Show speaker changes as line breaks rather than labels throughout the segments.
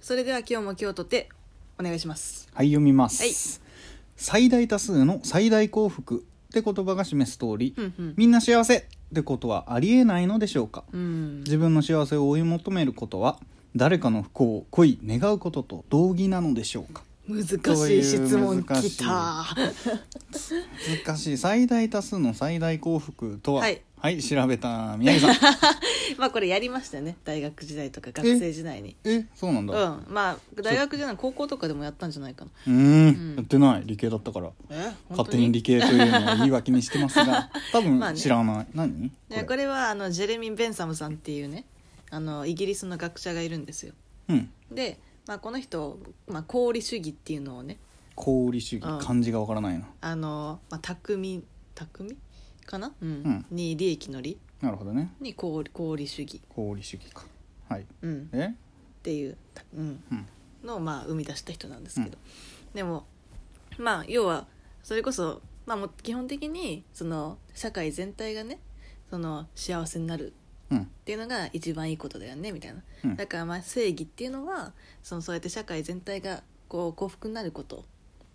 それでは今日も今日とてお願いします
はい読みます、
はい
最大多数の最大幸福って言葉が示す通り、
うんうん
みんな幸せってことはありえないのでしょうか
うん
自分の幸せを追い求めることは誰かの不幸を恋願うことと同義なのでしょうか
難
そう
し
い
いう質問
難しい
きた
難しい最大多数の最大幸福とは
はい、
調べた宮 城さん
まあこれやりましたね大学時代とか学生時代に
えそうなん
う
だ
んまあ大学じゃない高校とかでもやったんじゃないかな
うーんやってない理系だったから
え
勝手に理系というのを言い訳にしてます が多
まあ
分
ね
知らない、何こ
ね、これはあのジェレミン・ベンサムさんっていうねあのイギリスの学者がいるんですよ
うん
で、まあ、この人、まあ、功利主義っていうのをね
功利主義、
うん
漢字がわからないな
あの、まあ、匠匠かな、うん
うん
に利益の利
なるほどね
に功利功利主義、
功利主義かはい
うん、っ
え
ていう、うん
うん
のを、まあ、生み出した人なんですけど、でもまあ要はそれこそ、まあ、もう基本的にその社会全体がねその幸せになる
うん
っていうのが一番いいことだよねみたいな、
うん
だからまあ正義っていうのはそのそうやって社会全体がこう幸福になること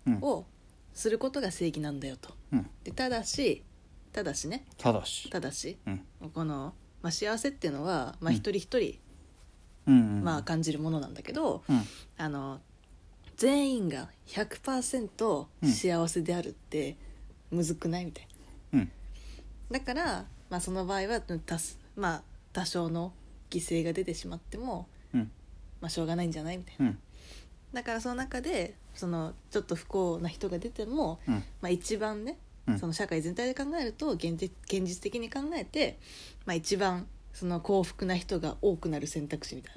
うん
をすることが正義なんだよと
うん
でただしただしね
ただした
だし
うん
この、まあ、幸せっていうのは、まあ、
うん
一人一人、
うんうん
まあ、感じるものなんだけど、
うん
あの全員が100%幸せであるってむずくないみたいな。
うん
だから、まあ、その場合は多す、まあ、多少の犠牲が出てしまっても、
うん
まあ、しょうがないんじゃないみたいな
うん
だからその中でそのちょっと不幸な人が出ても、
うん
まあ、一番ね、
うん
その社会全体で考えると現実現実的に考えて、まあ、一番その幸福な人が多くなる選択肢みたい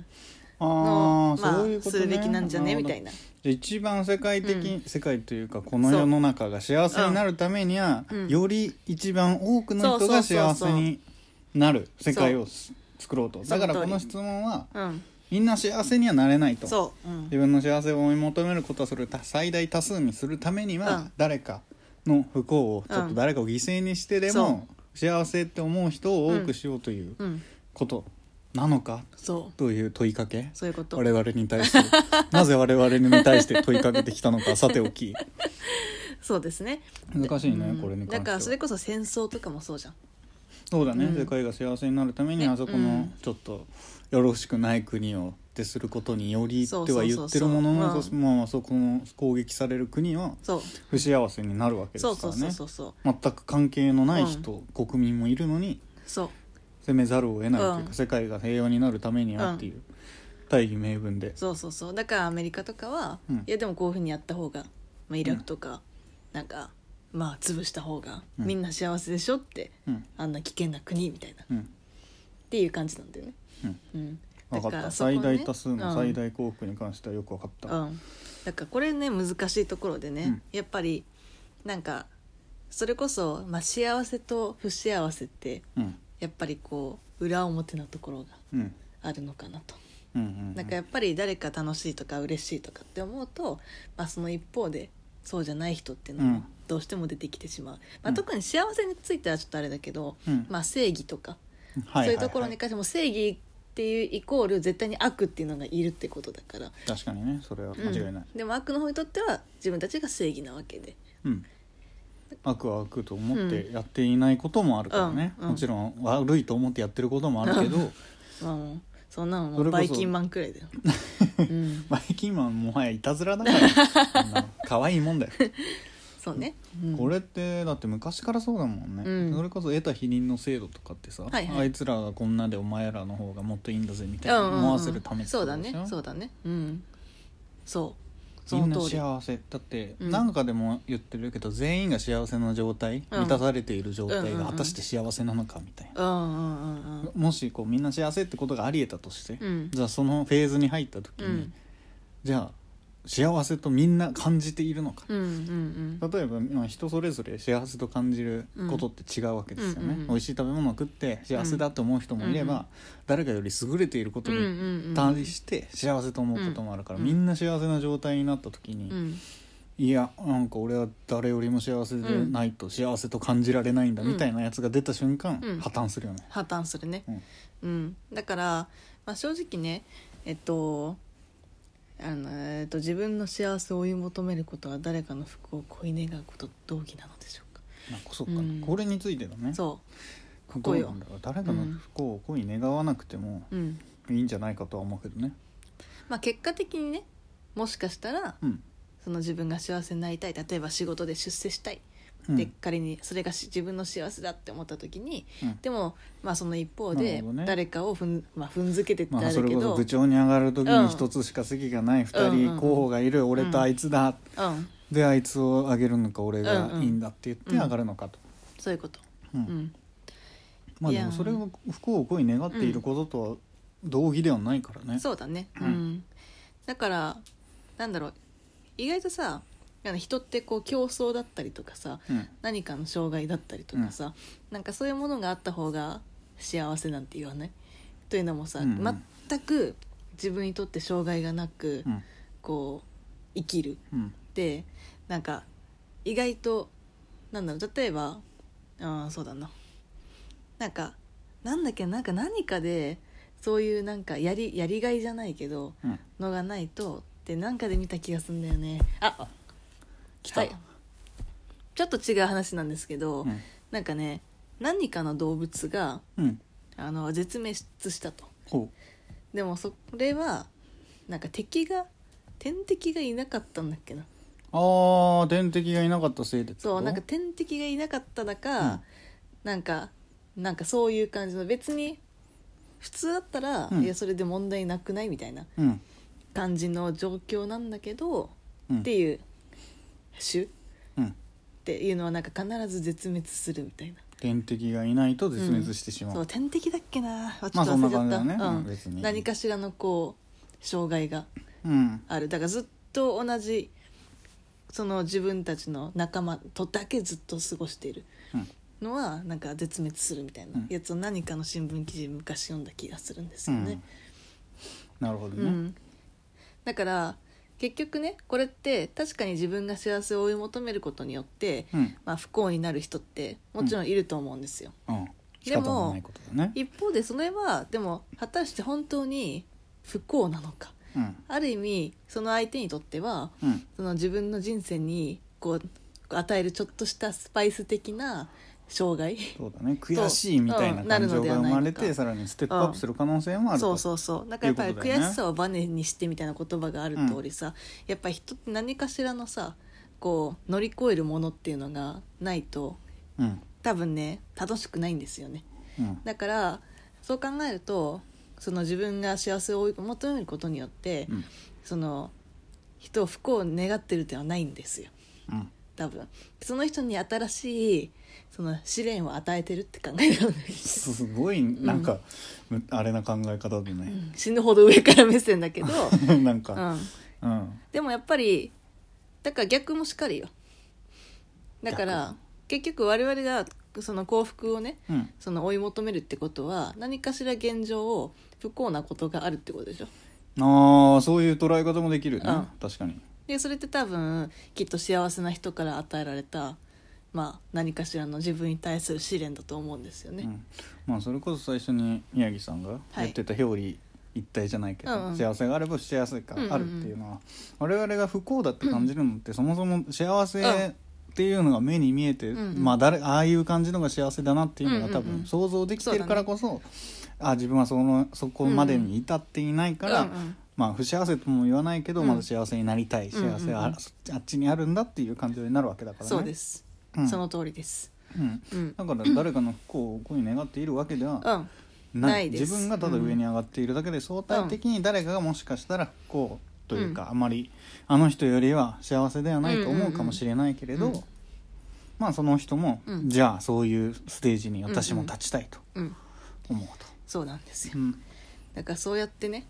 あ
な
ー
のをまあ
そういうこと
す
ね
るべきなんじゃねみたい
る
な。
ほどじゃあ一番世界的、
う
世界というかこの世の中が幸せになるためには、
うん
より一番多くの人が
そうそうそ
幸
うそう
せになる世界をす作ろうと
そ
だ
の
から
通
こ
り
の質問は
うん、
みんな幸せにはなれないと
そう、うん
自分の幸せを追い求めることはそれを多最大多数にするためには、
うん
誰かの不幸をちょっ
う
と
ん
誰かを犠牲にしてで
そ
も、幸せって思う人を多くしようという
うん、
ことなのか
そう
という問いかけ
そういうこと
我々に対して なぜ我々に対して問いかけてきたのかさておき
そうですね
難しいね、
うん
これに関しては
だからそれこそ戦争とかもそうじゃん
そうだね、
うん
世界が幸せになるために
ね
あそこ
う
の
ん
ちょっとよろしくない国をってすることによりっては言ってる
そうそうそうそう
ものの
うん
そまあそこの攻撃される国は
そう
不幸せになるわけで
そう
すか
そう
ら
そう
ね
そうそう
全く関係のない人、国民もいるのに
そう
責めざるを得ないというか、
うん
世界が平和になるためにはっていう大義名分で、
そうそうそうだからアメリカとかは、
うん
いやでもこういうふうにやった方が、まあ、イラクとか、なんかまあ潰した方が、
うん
みんな幸せでしょって
うん
あんな危険な国みたいなっ
うん
ていう感じなんだよね、
うん
うん、
分かった
そこね
最大多数の最
うん
大幸福に関してはよく分かった、
うん、だからこれね難しいところでね、
うん
やっぱりなんかそれこそ、まあ、幸せと不幸せって
うん
やっぱりこう裏表なところが
うん
あるのかなと。
うんうん
なんかやっぱり誰か楽しいとか嬉しいとかって思うと、まあ、その一方でそうじゃない人っていうの
う
も
ん
どうしても出てきてしまう、ま
う
あ、
ん
特に幸せについてはちょっとあれだけど、
うん
まあ、正義とか、
ははは
そういうところに関しても正義っていうイコール絶対に悪っていうのがいるってことだから、
確かにねそれは間違いない、
うんでも悪の方にとっては自分たちが正義なわけで
うん、悪は悪と思ってやっていないこともあるからね、
うんうん
もちろん悪いと思ってやってることもあるけど、
まあもうそんなのも
それ
う
こ
バ
そ
イキンマンくら いだよ、うん、
バイキンマンもはやいたずら だからあんなの可愛いもんだよ、
そうね、うん
これってだって昔からそうだもんね、
うん
それこそ得た否認の制度とかってさ、
はいはい
あいつらがこんなでお前らの方がもっといいんだぜみたいな思わせるた
うん
め
うんうん
って
そ
こ
う
と
だ
でしょ
ねそうだねうんそうそ
みんな
の通り
幸せだって、
うん
なんかでも言ってるけど全員が幸せな状態、
うん
満たされている状態
うんうん
が
うん
果たして幸せなのかみたいな、
うんうんうんうん
もしこうみんな幸せってことがありえたとして、
うん
じゃあそのフェーズに入った時に、
うん
じゃあ幸せとみんな感じているのか、
うんうんうん
例えば、まあ、人それぞれ幸せと感じることって違うわけです
う
よね、
んうんうん
美味しい食べ物を食って幸せだと思う人もいれば、
うんうん
誰かより優れていることに対して幸せと思うこともあるから、みんな幸せな状態になった時に、
うん
いやなんか俺は誰よりも幸せでないと幸せと感じられないんだみたいなやつが出た瞬間、
うん
破綻するよね。
破綻するね
うん
うんだからまあ正直ねえっとあの、えー、と自分の幸せを追い求めることは誰かの不幸を恋い願うことと同義なのでしょうか、
まあ、そうか、
うん
これについてだね
そ
こ
こよ
なんだろう誰かの不幸を恋に願わなくても
う、うん
いいんじゃないかとは思うけどね
まあ、結果的にねもしかしたら
うん、
その自分が幸せになりたい例えば仕事で出世したい、
うん
で仮にそれがし自分の幸せだって思った時に
うん
でも、まあ、その一方
なる
で
ほどね
誰かを踏ん,、まあ、踏んづけてって
ま
あ
あ、そ
る
れ
け
こそ
ど、
部長に上がる時
うん
に一つしか席がない二
うんうんうん
人候補がいる俺とあいつだ
うん、
であいつをあげるのか俺が
うんうん
いいんだって言って上がるのかと、
そういうこと、
うん
うん、
まあ
い
で
や
もそれを不幸を恋に願っていることとは同義ではないからね、
そうだね、う
うん
んだからなんだろう意外とさあの人ってこう競争だったりとかさ
うん
何かの障害だったりとかさ、なんかそういうものがあった方が幸せなんて言わないというのもさ、
うんうん
全く自分にとって障害がなく、
うん
こう生きる
うん
でなんか意外となんだろう例えばあーそうだななんかなんだっけなんか何かでそういうなんかやりやりがいじゃないけど
うん
のがないとってなんかで見た気がするんだよねあ
来
はいちょっと違う話なんですけど、
うん
なんかね何かの動物が
うん
あの絶滅したと
ほ
でもそれはなんか敵が天敵がいなかったんだっけな
うあー天敵がいなかったせいでってこと
そうなんか天敵がいなかっただか、
うん
なんかなんかそういう感じの別に普通だったら、
うん
いやそれで問題なくないみたいな
うん
感じの状況なんだけど、
うん
っていう種っ
うん
ていうのはなんか必ず絶滅するみたいな
天敵がいないと絶滅してしまう、
そう天敵だっけなちょ
まあ
っと
そん
忘れ
な
ちゃっ
感じ
た、
だね、
う
う
ん
ん別に
何かしらのこう障害が
うん
あるだからずっと同じその自分たちの仲間とだけずっと過ごしている
うん
のはなんか絶滅するみたいな
うん
やつを何かの新聞記事昔読んだ気がするんですよね。
うん、なるほど
うん
ね、
だから結局ねこれって確かに自分が幸せを追い求めることによって、
うん
まあ、不幸になる人ってもちろんいると思うんですよ。
うん、仕
でも
方のないことだね、
一方でそれはでも果たして本当に不幸なのか
うん
ある意味その相手にとっては
うん
その自分の人生にこう与えるちょっとしたスパイス的な障害
そうだね悔しいみたいな
うんなる
感
の
情
で
が
は
生
ない
ま
か
れてさらにステップアップする可能性もあると
そうそうそうだからやっぱ
とい
り
うことだよね
悔しさをバネにしてみたいな言葉がある通りさ、やっぱり人って何かしらのさこう乗り越えるものっていうのがないと
うん
多分ね楽しくないんですよね
うん
だからそう考えるとその自分が幸せを追い求めることによって、
うん
その人を不幸を願ってるっていうのはないんですよ
うん
多分その人に新しいその試練を与えてるって考えたのです、
すごいなんか、むあれな考え方だ
う
ね、
ん死ぬほど上から目線だけど、
なん
う
か、
ん、
うん
でもやっぱりだから逆もしかりよだから結局我々がその幸福をね
うん
その追い求めるってことは何かしら現状を不幸なことがあるってことでしょ
ああそういう捉え方もできるね、
うん
確かに
でそれって多分きっと幸せな人から与えられた、まあ、何かしらの自分に対する試練だと思うんですよね、
うんまあ、それこそ最初に宮城さんが
はい
やってた表裏一体じゃないけど、
うんうん
幸せがあれば幸せがあるっていうのは、我々が不幸だって感じるのって、そもそも幸せっていうのが目に見えて、
うんうん
まあ、誰ああいう感じのが幸せだなっていうのが
うんうん
多
う
分
ん
想像できてるからこそ,、あ自分はそのそこまでに至っていないから、
うんうん
まあ、不幸せとも言わないけど、
うん
まだ幸せになりたい幸せはあ,、
うんうん
あっちにあるんだっていう感情になるわけだからね。
そうです、
うん
その通りです
うん
うん、
だから誰かの不幸をこういう願っているわけでは
うん、
ない
ないです
自分がただ上に上がっているだけで、相対的に誰かがもしかしたらこうというか、
うん
あまりあの人よりは幸せではないと思うかもしれないけれど、
うんうんうん
まあその人も、
うん
じゃあそういうステージに私も立ちたいと
うん、
思うと。
そうなんですよ
うん
だからそうやってね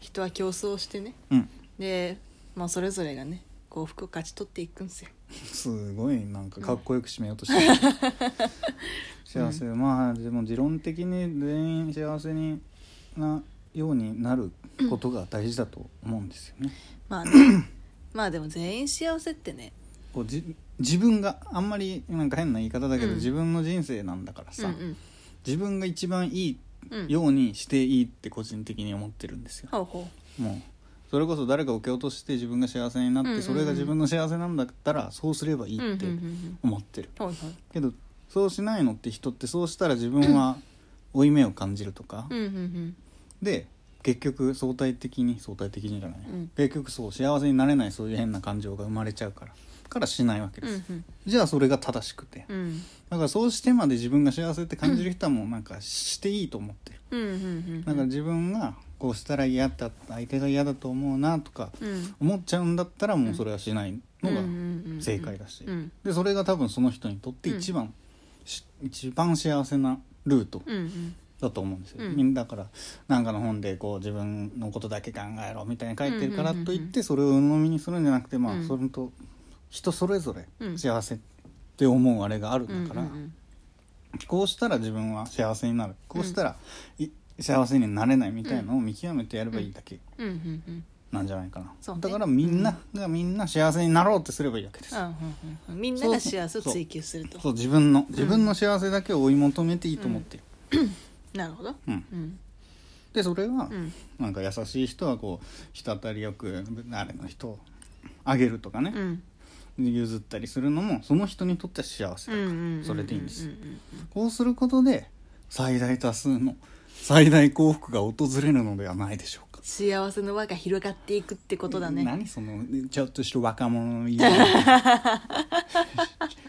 人は競争してね
うん、
で、まあ、それぞれがね幸福を勝ち取っていくんですよ
すごいなんかかっこよく締めようとしてる幸せまあでも持論的に全員幸せになようになることが大事だと思うんですよね。
ま あねまあでも全員幸せってね
こうじ自分があんまりなんか変な言い方だけど、
うん
自分の人生なんだから
うん
さ、自分が一番いい
うんうん
ようにしていいって個人的に思ってるんですよ、
ほうほ
もうそれこそ誰かを蹴落として自分が幸せになっ
うんうんう
て
ん
それが自分の幸せなんだったらそうすればいいって
うんうんうん
思ってる
はいはい
けどそうしないのって人ってそうしたら自分は負い目を感じるとか
うんうん
で結局相対的に相対的にじゃない
うん
結局そう幸せになれないそういう変な感情が生まれちゃうからからしないわけ
う
で
んう
す
んうん
じゃあそれが正しくて
うん
だからそうしてまで自分が幸せって感じる人はもうなんかしていいと思ってる
うんうん
だから自分がこうしたら嫌だ相手が嫌だと思うなとか
うん
思っちゃうんだったらもうそれはしないのが
が
正解だし
うん
でそれが多分その人にとって一番、し一番幸せなルート
うんうん
だと思うんですよ、
うん
みんなだからなんかの本でこう自分のことだけ考えろみたいに書いてるからといってそれを鵜呑みにするんじゃなくてま
う
あ
ん
それと人それぞ
う
れ
ん
幸せって思うあれがあるんだから、
うんうん
こうしたら自分は幸せになるこうしたらい幸せになれないみたいのを見極めてやればいいだけ
うんうんうんうん
なんじゃないかな、
そうね
だからみんながみんな幸せになろうってすればいいわけです、
あうんうんうんみんなが幸せを追求すると
そう自分の自分の幸せだけを追い求めていいと思ってる、
なるほど
うん
うん
でそれは、
うんなん
なんか優しい人はこう人当たりよくあれの人をあげるとかね
う、ん
譲ったりするのもその人にとっては幸せ
う
だから、
ん
それでいいんです、
ううん
こうすることで最大多数の最大幸福が訪れるのではないでしょうか
幸せの輪が広がっていくってことだね
何そのちょっとした若者の言い方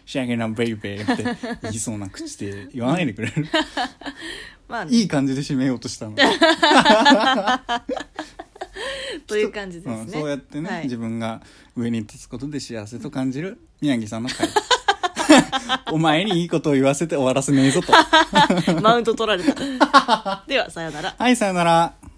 シャゲなベイベーって言いそうな口で言わないでく れる
まあね
いい感じで締めようとしたの
という感じですね
うん、そうやってね、
はい
自分が上に立つことで幸せと感じる宮城さんの会 お前にいいことを言わせて終わらせねえぞと
マウント取られたではさようなら
はいさよなら